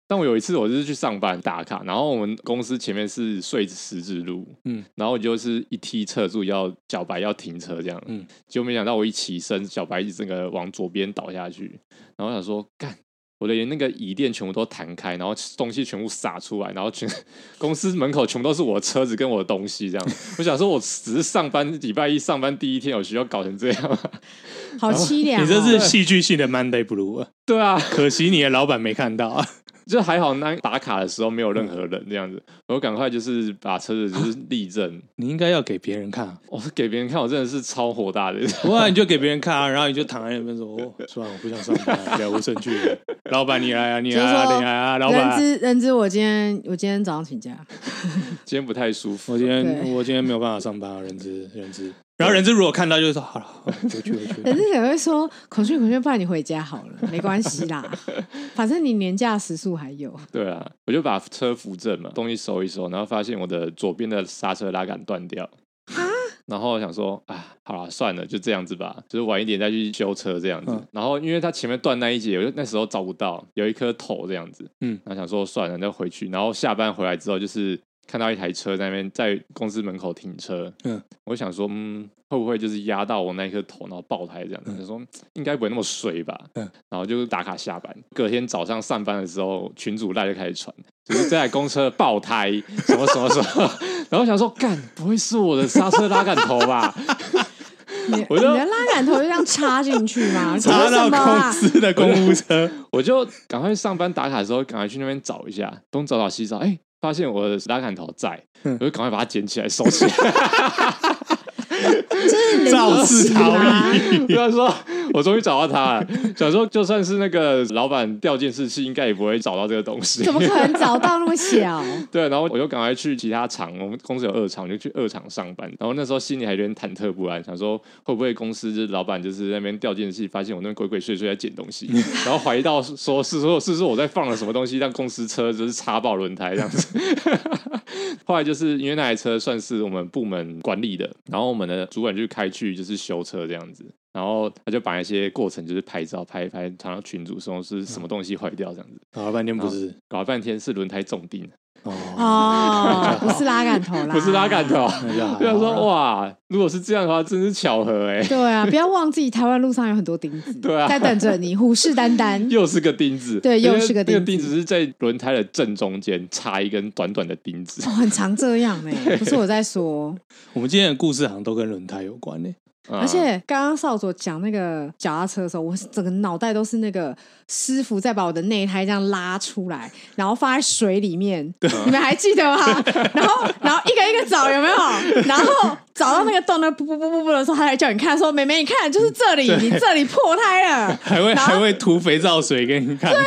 A: 但我有一次我就是去上班打卡，然后我们公司前面是碎石子路，
C: 嗯
A: 嗯，然后我就是一踢侧柱要小白要停车这样，
C: 嗯
A: 嗯，结果没想到我一起身，小白一整个往左边倒下去，然后我想说干。我的连那个椅垫全部都弹开，然后东西全部洒出来，然后全 公司门口全部都是我的车子跟我的东西，这样。 我想说，我只是上班礼拜一上班第一天，有需要搞成这样吗？
B: 好凄凉哦！
C: 你这是戏剧性的 Monday Blue，啊
A: 对啊，
C: 可惜你的老板没看到啊，
A: 就还好，那打卡的时候没有任何人这样子，我就赶快就是把车子就是立正，
C: 你应该要给别人看啊，
A: 我、是给别人看，我真的是超火大的，
C: 不然你就给别人看啊，然后你就躺在那边说，哦，算了，我不想上班了，了无生趣了，老板你来啊，你来
B: 就是
C: 啊，
B: 说
C: 你来啊，老
B: 人
C: 板。
B: 之人之，我今天我今天早上请假，
A: 今天不太舒服。
C: 我今天
B: 对
C: 我今天没有办法上班啊，人资人资，然后人资如果看到就说好了，好了回去回 去，
B: 人之可能会说孔雀孔雀，不然你回家好了，没关系啦，反正你年假时数还有。
A: 对啊，我就把车扶正嘛，东西收一收，然后发现我的左边的刹车拉杆断掉， 然后我想说啊，好了，算了，就这样子吧，就是晚一点再去修车这样子。
C: 嗯
A: 然后因为它前面断那一节，我就那时候找不到有一颗头这样子，
C: 嗯
A: 嗯，然后想说算了，再回去。然后下班回来之后，就是看到一台车在那边在公司门口停车，
C: 嗯
A: 嗯，我想说，嗯，会不会就是压到我那一颗头，然后爆胎这样子？
C: 嗯
A: 他说应该不会那么水吧，
C: 嗯
A: 嗯，然后就打卡下班。隔天早上上班的时候，群主赖就开始传，就是这台公车爆胎，什么什么什么。 然后想说，干，不会是我的刹车拉杆头吧？
B: 你
A: 我就
B: 你的拉杆头就这样插进去 吗？这
C: 查
B: 是什么
C: 到公
B: 啊？
C: 司的公务车，
A: 我就赶快上班打卡的时候，赶快去那边找一下，东找找西找，哎、发现我的拉杆头在，
C: 嗯
A: 我就赶快把它捡起来收起来。
B: 真 的
C: 肇事
B: 啊
C: 逃
B: 逸，
A: 比方说，我终于找到它了。想说，就算是那个老板调监视器，应该也不会找到这个东西。
B: 怎么可能找到那么小？
A: 对，然后我就赶快去其他厂，我们公司有二厂，我就去二厂上班。然后那时候心里还有点忐忑不安，想说会不会公司就是老板就是那边调监视器，发现我那边鬼鬼祟祟在捡东西，然后怀疑到说是说是说我在放了什么东西，让公司车就是插爆轮胎这样子。 后来就是因为那台车算是我们部门管理的，然后我们的主管就开去就是修车这样子。然后他就把一些过程就是拍照拍一拍，传到群组说是什么东西坏掉这样子，
C: 搞了半天不是
A: 搞了半天是轮胎中钉，
C: 哦，
B: 哦，不是拉杆头啦，
A: 不是拉杆。哦头。
C: 那就好
A: 就想啊
C: 了
A: 说
B: 啊
A: 哇，如果是这样的话，真是巧合哎、
B: 对啊，不要忘记台湾路上有很多钉子，
A: 对啊
B: 在等着你，虎视眈眈。
A: 又是个钉子，
B: 对又是个
A: 因为那个钉
B: 钉子
A: 子是在轮胎的正中间插一根短短的钉子
B: 哦，。很常这样哎、不是我在说，
C: 我们今天的故事好像都跟轮胎有关呢。
A: 嗯
B: 而且刚刚少佐讲那个脚踏车的时候，我是整个脑袋都是那个师傅在把我的内胎这样拉出来，然后放在水里面，你们还记得吗？然后然后一个一个找有没有？然后找到那个洞呢，不不不不不的时候，他才叫你看，说妹妹你看，就是这里，你这里破胎了，
C: 还会
B: 然后
C: 还会涂肥皂水给你看，
B: 对啊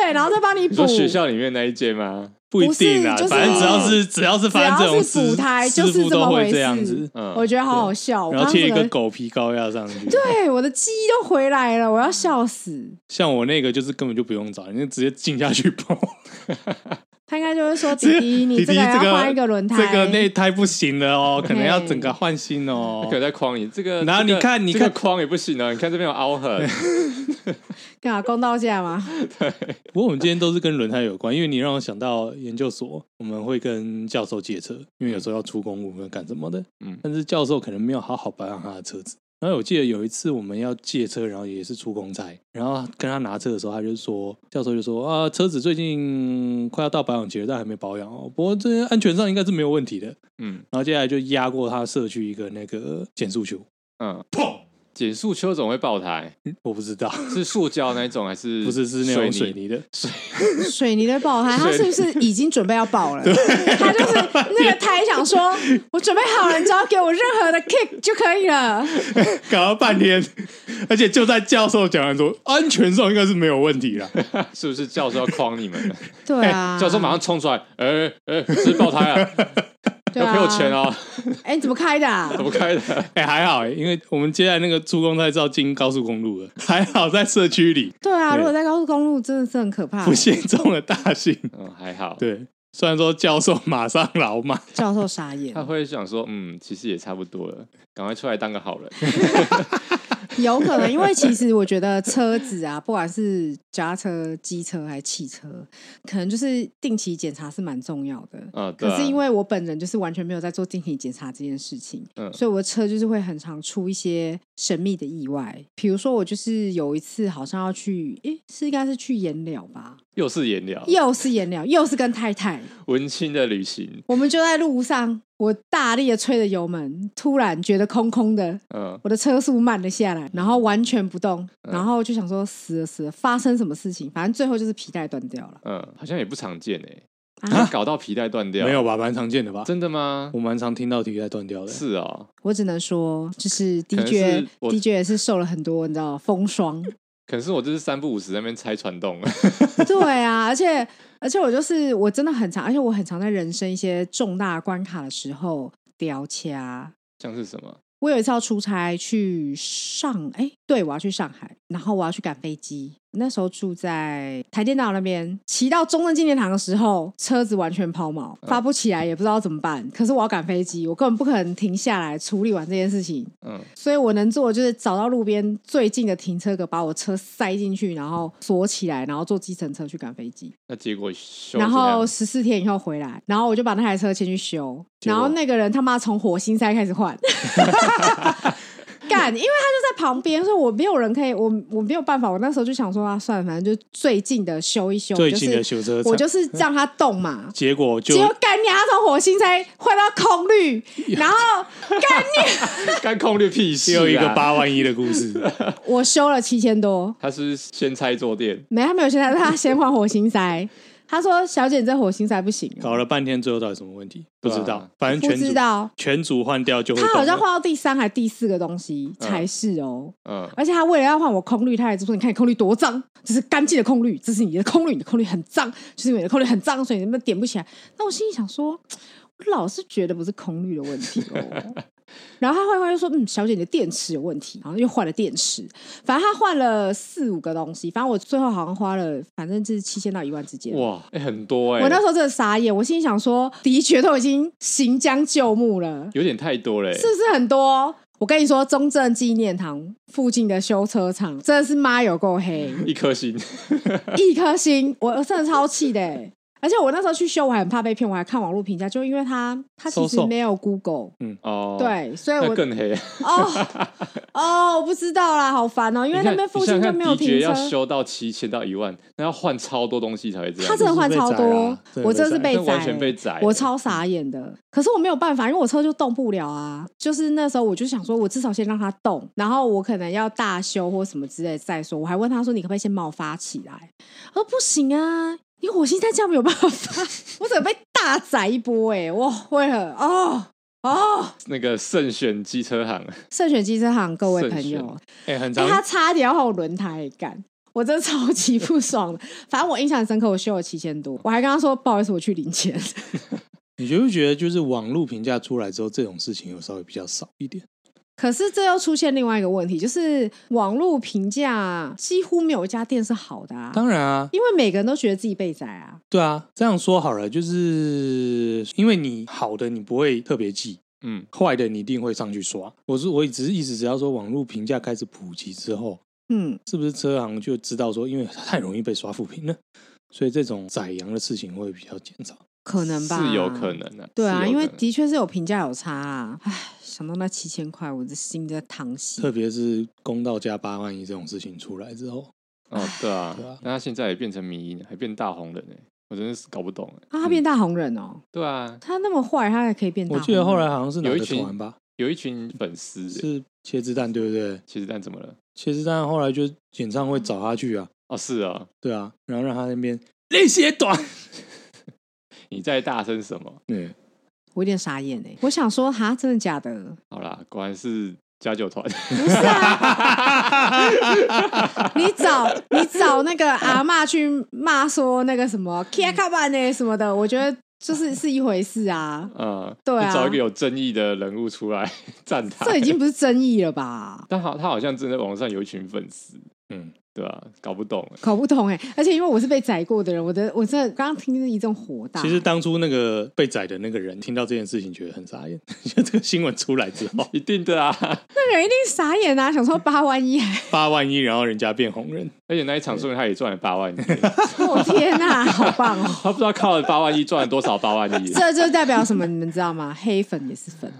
B: 对，然后再帮你
A: 你
B: 补
A: 说。学校里面那一间吗？
C: 不一定啊，
B: 不是就是
C: 反正只要是只要是
B: 只
C: 发生这
B: 要
C: 种
B: 是补
C: 事，
B: 胎就
C: 师
B: 是
C: 傅
B: 这
C: 都
B: 么
C: 会
B: 回
C: 这样
B: 事
C: 子，，
A: 嗯
B: 我觉得好好笑。我
C: 然后
B: 刚刚
C: 贴一
B: 整
C: 个狗皮膏药上去。
B: 对，我的记忆都回来了，我要笑死。
C: 像我那个就是根本就不用找，你就直接进下去碰。
B: 他应该就会说：“弟弟，你
C: 弟
B: 这
C: 弟
B: 个要换一
C: 这
B: 个轮胎，
C: 这个内胎不行了哦，可能要整个换新
A: 可
C: 哦。
A: 能在框里，这个
C: 然后
A: 这个
C: 你看你
A: 这个
C: 看
A: 框也不行啊，你看这边有凹 痕，
B: 干嘛公道价吗？
C: 不过我们今天都是跟轮胎有关，因为你让我想到研究所，我们会跟教授借车，因为有时候要出公务要干什么的。
A: 嗯
C: 但是教授可能没有好好保养他的车子。然后我记得有一次我们要借车，然后也是出公差，然后跟他拿车的时候，他就说，教授就说啊，车子最近快要到保养期了，但还没保养哦。不过这安全上应该是没有问题的。
A: 嗯
C: 然后接下来就压过他社区一个那个减速球，
A: 嗯，砰！减速丘总会爆胎，
C: 我不知道，
A: 是塑胶那一种还 是
C: 不是是那种水
A: 泥？
C: 泥的，
B: 水泥的爆胎，他是
A: 水
B: 不是已经准备要爆了？他就是那个胎想说，我准备好了，你只要给我任何的 kick 就可以了。
C: 搞了半天， 而且就在教授讲完说安全上应该是没有问 题啦，
A: 是不是教授要框你们？
B: 对 啊，
A: 教授马上冲出来，哎哎，是爆胎了，
B: 对
A: 要
B: 啊
A: 赔我钱！哦！
B: 哎，你怎么开的啊？
A: 怎么开的？
C: 哎、还好、哎，因为我们接下来那个出公差是要经高速公 路了，还好在社区里
B: 对啊，
C: 对
B: 如果在高速公路，真的是很可怕
C: 不。幸中了 大幸。
A: 嗯，还好。
C: 对，虽然说教授马上老马，
B: 教授傻眼
A: 他，会想说，嗯，其实也差不多了，赶快出来当个好人。
B: 有可能，因为其实我觉得车子啊，不管是脚踏车、机车还是汽车，可能就是定期检查是蛮重要的。
A: 啊，对
B: 可
A: 啊
B: 是因为我本人就是完全没有在做定期检查这件事情，
A: 嗯
B: 所以我的车就是会很常出一些神秘的意外。比如说，我就是有一次好像要去，诶，是应该是去颜料吧，
A: 又是颜料，
B: 又是颜料，又是跟 太太，
A: 文青的旅行，
B: 我们就在路上，我大力的吹着油门，突然觉得空空的，
A: 嗯
B: 我的车速慢了下来，然后完全不动，然后就想说死了死了，发生什么事情？反正最后就是皮带断掉了。
A: 嗯，好像也不常见诶，
B: 啊
A: 搞到皮带断掉，
C: 没有？吧？蛮常见的吧？
A: 真的吗
C: 我？蛮常听到皮带断掉的。
A: 是哦，
B: 我只能说，就是的
A: 可能
B: 确
A: 是，我
B: 的确也是受了很多，你知道风霜。
A: 可能是我就是三不五十在那边拆传动，
B: 对啊，而且而且我就是我真的很常，而且我很常在人生一些重大关卡的时候掉掐。
A: 像是什么？
B: 我有一次要出差去上，哎，对我要去上海，然后我要去赶飞机。那时候住在台电道那边，骑到中正纪念堂的时候，车子完全抛锚，发不起来，也不知道怎么办。可是我要赶飞机，我根本不可能停下来处理完这件事情，
A: 嗯，
B: 所以我能做的就是找到路边最近的停车格，把我车塞进去，然后锁起来，然后坐计程车去赶飞机。
A: 那结果修
B: 然
A: 怎样
B: 后十四天以后回来，然后我就把那台车牵去修，
C: 结
B: 然
C: 果
B: 后那个人他妈从火星塞开始换， 干，因为他就在旁边，所以我没有人可以，我我没有办法，我那时候就想说啊，算了，反正就最近的修一修，
C: 最近的
B: 就是
C: 修车厂，
B: 我就是让他动嘛。
C: 结果
B: 结
C: 就
B: 果干你，他从火星塞换到空绿，然后干你，
A: 干空绿 屁事，啊
C: 又一个，八万一的故事。
B: 我修了七千多，
A: 他是不是先拆坐垫，
B: 没他没有现在，他先换火星塞，他说：“小姐，你这火星塞不行哦。
C: 搞了半天，最后到底什么问题不
A: 对啊
C: 知道，反正
B: 不
C: 全
B: 知
C: 组
B: 道，
C: 全组换掉就会
B: 他好像
C: 动了
B: 换到第三还第四个东西
A: 嗯
B: 才是哦。
A: 嗯，
B: 而且他为了要换我空滤，他还说：“你看你空滤多脏，这是干净的空滤，这是你的空滤，你的空滤很脏，就是因为你的空滤很脏，所以你们点不起来。”那我心里想说，我老是觉得不是空滤的问题 哦。然后他换一换就说：“嗯，小姐，你的电池有问题。”然后又换了电池，反正他换了四五个东西，反正我最后好像花了，反正就是七千到一万之间。
A: 哇，哎、很多哎、
B: 我那时候真的傻眼，我心里想说，的确都已经行将就木了，
A: 有点太多欸嘞、
B: 是不是很多？我跟你说，中正纪念堂附近的修车厂真的是妈有够 黑，
A: 一颗星，
B: 一颗星，我真的超气的欸、而且我那时候去修，我还很怕被骗，我还看网络评价，就因为它它其
C: 搜
B: 实
C: 搜
B: 没有 Google，
C: 嗯
A: 哦，，
B: 对，所以
A: 那
B: 我
A: 更黑。
B: 哦哦，我不知道啦，好烦哦、因为那边附近就没有停
A: 你
B: 车
A: 看你想想看迪爵要，修到七千到一万，那要换超多东西才会这样。
B: 他真的换超
C: 真的是被宰
B: 多
C: 啊，真的
B: 我真的是被
C: 被
A: 那
B: 宰，
A: 完全被宰。
B: 我超傻
A: 嗯
B: 眼的，可是我没有办法，因为我车就动不了啊。就是那时候我就想说，我至少先让它动，然后我可能要大修或什么之类的再说。我还问他说，你可不可以先帮我发起来？他说不行啊，你火星在这样没有办法发，我怎么被大宰一波哎、欸！哇，为了哦哦，
A: 那个慎选机车行，
B: 慎选机车行各位
A: 慎
B: 朋
A: 选
B: 友，
C: 哎，很
B: 哎、
C: 长
B: 他差点要换我轮胎干。我真的超级不爽的，反正我印象很深刻，我修了七千多，我还跟他说不好意思，我去领钱。
C: 你就会觉得，就是网络评价出来之后，这种事情有稍微比较少一点。
B: 可是这又出现另外一个问题，就是网络评价几乎没有一家店是好的啊，
C: 当然啊，
B: 因为每个人都觉得自己被宰啊。
C: 对啊，这样说好了，就是因为你好的你不会特别记，
A: 嗯，
C: 坏的你一定会上去刷。我是我只是一直只要说网络评价开始普及之后，
B: 嗯，
C: 是不是车行就知道说，因为太容易被刷负评了， 所以这种宰羊的事情会比较减少。
B: 可能吧，
A: 是有可。能的、啊。
B: 对
A: 是
B: 啊，
A: 有
B: 因
A: 可能
B: 为的确是有评价有差啊。唉，想到那七千块，我的心在淌
C: 特
B: 血。
C: 别是公道价八万一这种事情出来之后，
A: 哦，对啊
C: 对啊，
A: 但他现在也变成迷音，还变大红人呢、欸我真的是搞不懂哎、
B: 啊，他变大红人哦，
A: 对啊，
B: 他那么坏，他还可以变大
C: 我
B: 红人。
C: 记得后来好像是哪
A: 有一
C: 个
A: 群
C: 团吧，
A: 有一群粉丝、欸，
C: 是茄子蛋对不对？
A: 其实但怎么了？
C: 茄子蛋后来就演唱会找他去啊，
A: 哦，是啊，
C: 对啊，然后让他那边那些短，
A: 你在大声什么？
C: 对，
B: 我有点傻眼哎、我想说，哈，真的假的？
A: 好啦，果然是加九团。
B: 不是啊， 你找你找那个阿嬷去骂说那个什么 “kia k a b a n 什么的，我觉得就是是一回事啊。
A: 嗯，
B: 对啊
A: 你找一个有争议的人物出来 站台，
B: 这已经不是争议了吧？
A: 但好，他好像真的网上有一群粉丝，
C: 嗯，
A: 对吧、搞不懂欸
B: 搞不懂哎、而且因为我是被宰过的人，我的我真的刚刚听是一阵火大。
C: 其实当初那个被宰的那个人听到这件事情，觉得很傻眼。 就这个新闻出来之 后，
A: 一定的啊！
B: 那人一定傻眼啊，想说八万一，
C: 八万一，然后人家变红人，
A: 而且那一场说明他也赚了八万一，
B: 我、天 哪、好棒哦！
A: 他不知道靠了八万一赚了多少八万一，
B: 这就代表什么？你们知道吗？黑粉也是粉，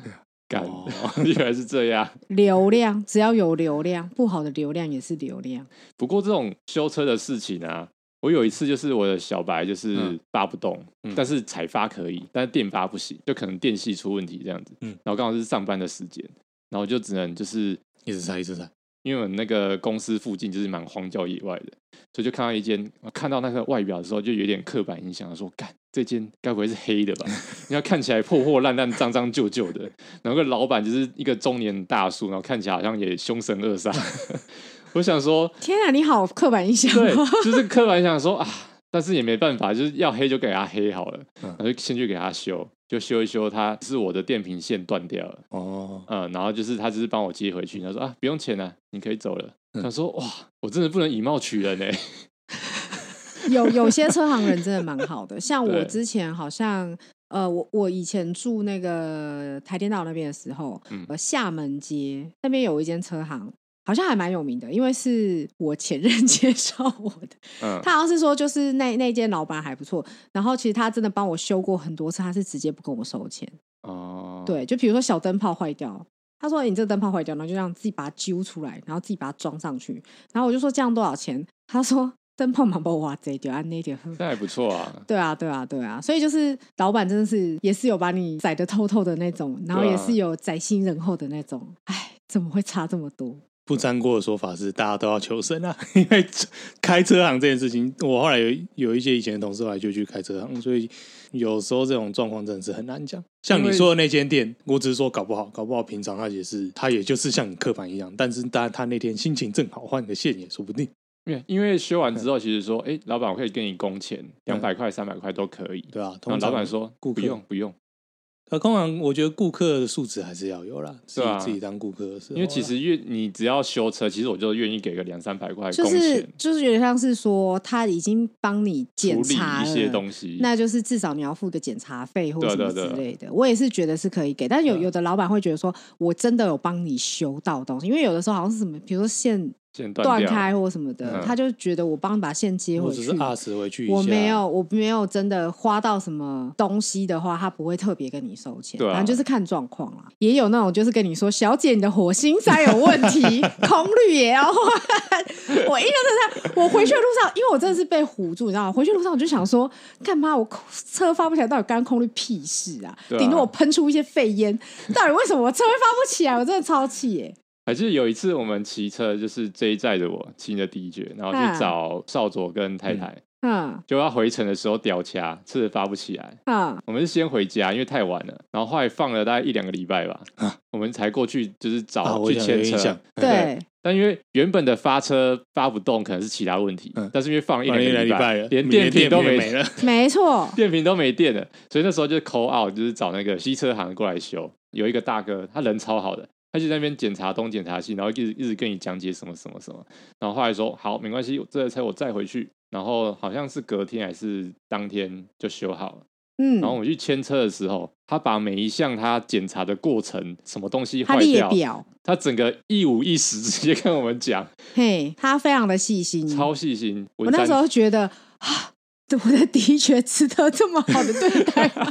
A: 干
C: 哦，
A: 原来是这样。
B: 流量只要有流量，不好的流量也是流量。
A: 不过这种修车的事情啊，我有一次就是我的小白就是
C: 嗯
A: 发不动，但是采发可以，但是电发不行，就可能电系出问题这样子。
C: 嗯
A: 然后刚好是上班的时间，然后就只能就是
C: 一直猜一直猜，
A: 因为我们那个公司附近就是蛮荒郊野外的，所以就看到一间，看到那个外表的时候就有点刻板印象，说干这间该不会是黑的吧？ 你要看起来破破烂烂、脏脏旧旧的，然后个老板就是一个中年大叔，然后看起来好像也凶神恶煞。 我想说，
B: 天啊哪、你好刻板印象、
A: 对
B: 哦。，
A: 就是刻板想说啊，但是也没办法，就是要黑就给他黑好了，然后就先去给他修，就修一修他，是我的电瓶线断掉了。
C: 哦，
A: 嗯，然后就是他只是帮我接回去，他说啊不用钱了、你可以走了。
B: 嗯
A: 他说哇，我真的不能以貌取 人哎、
B: 有有些车行人真的蛮好的，像我
A: 对
B: 之前好像。呃，我我以前住那个台电道那边的时候，
A: 嗯
B: 呃，厦门街那边有一间车行，好像还蛮有名的，因为是我前任 介绍我的。
A: 嗯，
B: 他好像是说，就是那那间老板还不错，然后其实他真的帮我修过很多次，他是直接不跟我收钱。
A: 哦，
B: 对，就比如说小灯泡坏掉，他说你这个灯泡坏掉，然后就让自己把它揪出来，然后自己把它装上去。然后我就说这样多少钱？他说灯泡嘛，把我挖这掉，按那点。
A: 那还不错啊。
B: 对啊，对啊，对啊，所以就是老板真的是也是有把你宰的透透的那种，然后
A: 对啊
B: 也是有宰心仁厚的那种。哎，怎么会差这么多？
C: 不沾锅的说法是，大家都要求生啊， 因为开车行这件事情，我后来有有一些以前的同事后来就去开车行，所以有时候这种状况真的是很难讲。像你说的那间店，我只是说搞不好，搞不好平常他也是他也就是像你刻板一样，但是但他那天心情正好换个线也说不定，
A: 因为因为修完
B: 嗯
A: 之后，其实说，哎、老板，我可以跟你工钱，两百块、三百块都可以。
C: 对吧、啊？
A: 然
C: 通
A: 后
C: 常
A: 老板说，
C: 顾
A: 不
C: 客
A: 用不用，
C: 呃，通常我觉得顾客的素质还是要有啦，自己、
A: 对啊
C: 自己当顾客的时候
A: 因
C: 啦，
A: 为
B: 啊
A: 其实愿你只要修车，其实我就愿意给个两三百块工
B: 就是
A: 钱，
B: 就是有点像是说他已经帮你检
A: 处理
B: 查
A: 一些
B: 了。
A: 东西。
B: 那就是至少你要付个检查费或
A: 对啊
B: 什么之
A: 对啊对啊啊
B: 类的，我也是觉得是可以给，但有有的老板会觉得说，我真的有帮你修到东西，因为有的时候好像是什么，比如说线
A: 线断
B: 断
A: 掉，
B: 开或什么
A: 嗯
B: 的，他就觉得我帮你把线接
C: 啊我
B: 回
C: 只
B: 去
C: 是，二十回去一下，
B: 我没有，我没有真的花到什么东西的话，他不会特别跟你收钱，
A: 对啊
B: 反正就是看状况啦。也有那种就是跟你说，小姐你的火星塞有问 题，空滤也要换。我一个在那，我回去的路上，因为我真的是被唬住，你知道吗？回去路上我就想说，干嘛我空车发不起来，到底干空滤屁事啊？
A: 对啊
B: 顶多我喷出一些废烟，到底为什么我车会发不起来？我真的超气耶、
A: 还记得有一次我们骑车，就是这一载的我骑着 DJ，然后
B: 嗯
A: 去找少佐跟太太，
B: 嗯
A: 就要回程的时候掉掐，车子发不起来。
B: 嗯，
A: 我们是先回家，因为太晚了，然后后来放了大概一两个礼拜吧，我们才过去就是找、
C: 啊，我
A: 哦去
C: 想
A: 牵
C: 有印
A: 车
C: 象。，
B: 对，
A: 但因为原本的发车发不动，可能是其他问题，
C: 嗯
A: 但是因为 放了一
C: 反正一
A: 两
C: 两
A: 个
C: 礼拜了，
A: 拜，连
C: 你
A: 电
C: 连
A: 瓶都
C: 也
A: 没
C: 没了，
B: 没错，
A: 电瓶都没电了，所以那时候就 call out，就是找那个西车行过来修。有一个大哥，他人超好的，他就在那边检查东检查西，然后一直一直跟你讲解什么什么什么。然后后来说好，没关系，这车我载回去。然后好像是隔天还是当天就修好了。
B: 嗯
A: 然，后我去牵车的时候，他把每一项他检查的过程，什么东西
B: 他
A: 坏
B: 列
A: 掉，
B: 表。
A: 他整个一五一十直接跟我们 讲，
B: 嘿，他非常的细心。
A: 超细心。
B: 嗯我
A: 我
B: 那时候觉得啊，我的的确值得这么好的对 待吗。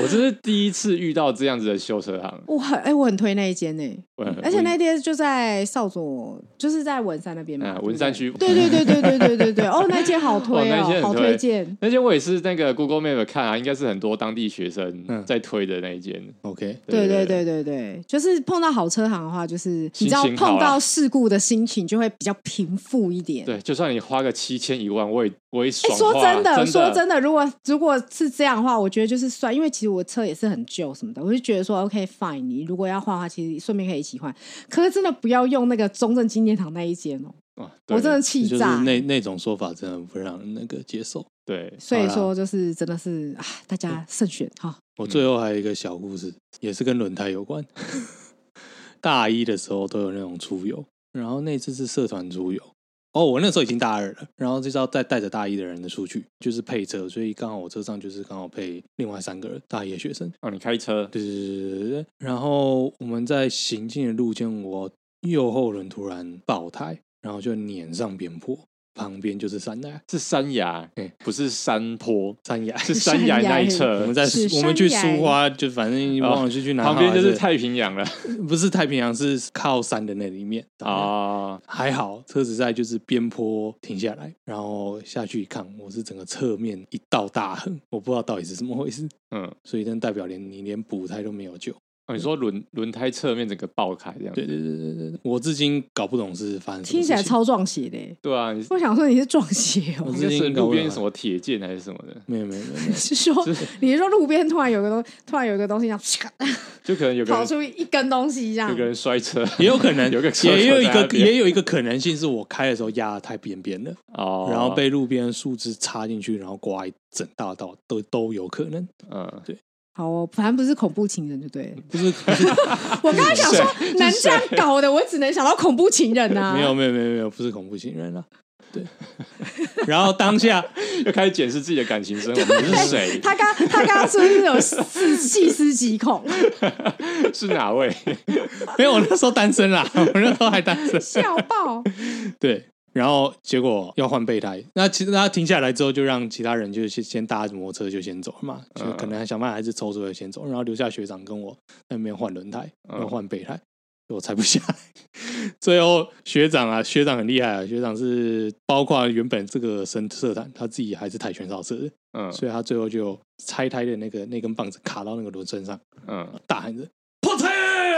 A: 我这是第一次遇到这样子的修车行，
B: 我很哎、我很推那一间呢、
A: 呃我
B: 而且那天就在少佐，就是在文山那边
A: 嗯
B: 嘛，对不
A: 文山区
B: 对对对对对对对对，哦，那间好推
A: 哦那
B: 哦，
A: 间很
B: 好
A: 推
B: 推荐。
A: 那间我也是那个 Google Map 看啊，应该是很多当地学生
C: 嗯
A: 在推的那一间。
C: OK，
B: 对对对对对，就是碰到好车行的话，就是你
A: 心
B: 知道
A: 情好
B: 碰
A: 啦
B: 到事故的心情就会比较平复一点。
A: 对，就算你花个七千一万，我也我也
B: 哎、
A: 爽
B: 说
A: 花
B: 真的，
A: 的，
B: 说真的，如果如果是这样的话，我觉得就是算，因为其实我车也是很旧什么的，我就觉得说 OK fine，你如果要换的话，其实顺便可以一起换。可是真的不要用那个中正纪念堂那一间哦、
A: 哇对
B: 我真的 气
C: 就是
B: 炸。欸
C: 那那种说法真的不让人那个接受。
A: 对，
B: 所以
C: 好啦
B: 说就是真的是啊，大家慎选哈。
C: 我
A: 嗯
C: 最后还有一个小故事，也是跟轮胎有关。 大一的时候都有那种出游，然后那次是社团出游。哦，我那时候已经大二了，然后就是要带带着大一的人出去，就是配车，所以刚好我车上就是刚好配另外三个人大一的学生。
A: 哦，你开车
C: 对对对对对对。然后我们在行进的路间，我右后轮突然爆胎，然后就碾上边坡，旁边就是山崖，
A: 是山崖
C: 对，
A: 不是山 坡，
C: 山崖
A: 是山崖那一
B: 山
A: 侧。
C: 我们在
B: 是
C: 我们去
B: 山崖
C: 苏花，就反正忘了是去哪、
A: 哦旁边就是太平 洋了
C: 不是太平洋，是靠山的那里面啊。
A: 啊！
C: 还好车子在就是边坡停下来，然后下去一看，我是整个侧面一道大痕，我不知道到底是怎么回事，
A: 嗯，
C: 所以那代表连你连补胎都没有救。
A: 哦你说轮轮胎侧面整个爆开这样
C: 对
A: 子，
C: 对对对对对，我至今搞不懂是发生什么
B: 听起来
C: 事情
B: 超撞邪的欸、
A: 对啊，你
B: 我想说你是撞邪哦、
C: 我
A: 应该是路边
C: 我
A: 什么铁剑还是什么的，
C: 没有没有没有没有，
B: 是说你是说路边突然有个东，突然有一个东西这样
A: 就可能有个
B: 跑
A: 人
B: 出一根东西这样
A: 有个，人摔车，
C: 也 有可能
A: 有个车
C: 也有一
A: 在那
C: 个
A: 边
C: 也有一个可能性是我开的时候压的太边边了，
A: 哦，
C: 然后被路边的树枝插进去，然后刮一整大道，都都有可能。
A: 嗯，
B: 好哦，反正不是恐怖情人就对了。
C: 不是不 是
B: 我刚刚想 说能这样搞的，我只能想到恐怖情人啊。
C: 没有没有没有没有，不是恐怖情人啊。对， 然后当下
A: 又开始检视自己的感情生活， 你是谁？
B: 他刚他刚刚是不是有细细思极恐？
A: 是哪 位？
C: 没有，我那时候单身啦，我那时候还单身。
B: 笑爆！
C: 对，然后结果要换备胎，那其实他停下来之后，就让其他人就先先搭着摩托车就先走了嘛，就
A: 嗯
C: 可能想办法还是抽出来先走，然后留下学长跟我在那边换轮胎，
A: 嗯
C: 要换备胎，我踩不下来。 最后学长啊，学长很厉害啊，学长是包括原本这个神社团他自己还是跆拳道社的，
A: 嗯
C: 所以他最后就拆胎的那个那根棒子卡到那个轮身上，
A: 嗯，
C: 大喊着“破胎”，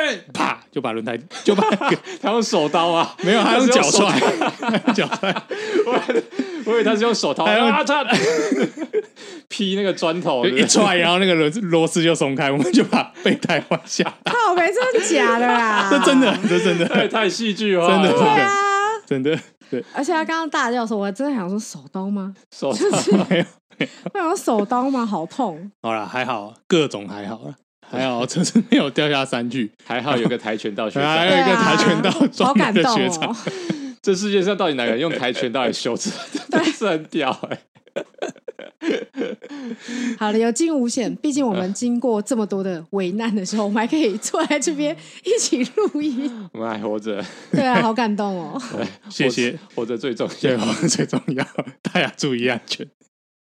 A: 对，
C: 啪就把轮胎就 把那个
A: 他用手刀啊，
C: 没有，他用
A: 是
C: 脚
A: 手
C: 踹， 脚踹，
A: 我以为他是用手刀，
C: 还用
A: 啊他 劈那个砖头，对
C: 就
A: 不对
C: 哎一踹，然后那个轮子螺丝就松开，我们就把备胎换下来。
B: 靠北，真的假的啦？
C: 这真的，这 真
A: 太
C: 的，
A: 太戏剧化
C: 真
A: 了，
C: 的，真
B: 对
C: 的，
B: 啊！
C: 真的，对，
B: 而且他刚刚大叫的时候，我真的想说手刀吗？
A: 手
C: 没有。
B: 我想说手刀吗？好痛！
C: 好啦，还好，各种还好啦，还好，车子没有掉下山去。
A: 还好有个跆拳道学长，
C: 还有一个
B: 对啊
C: 跆拳道
B: 好
C: 专
B: 感
C: 门的
B: 动
C: 学
B: 哦
C: 长，！
A: 这世界上到底哪个人用跆拳道来修车？真的是很屌哎！
B: 好了，有惊无险，毕竟我们经过这么多的危难的时候，我们还可以坐在这边一起录音，
A: 我们还活着，
B: 对啊，好感动哦！
C: 谢谢，
A: 活着最重
C: 对，
A: 要。
C: 最重要，大家注意安全。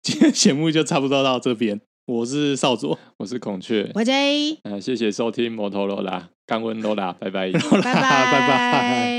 C: 今天节目就差不多到这边，我是少佐，
A: 我是孔雀，
B: 我 J，
A: 呃，谢谢收听摩托罗拉，干温罗拉，拜拜。
C: 拜
B: 拜
C: 拜拜。
B: 拜。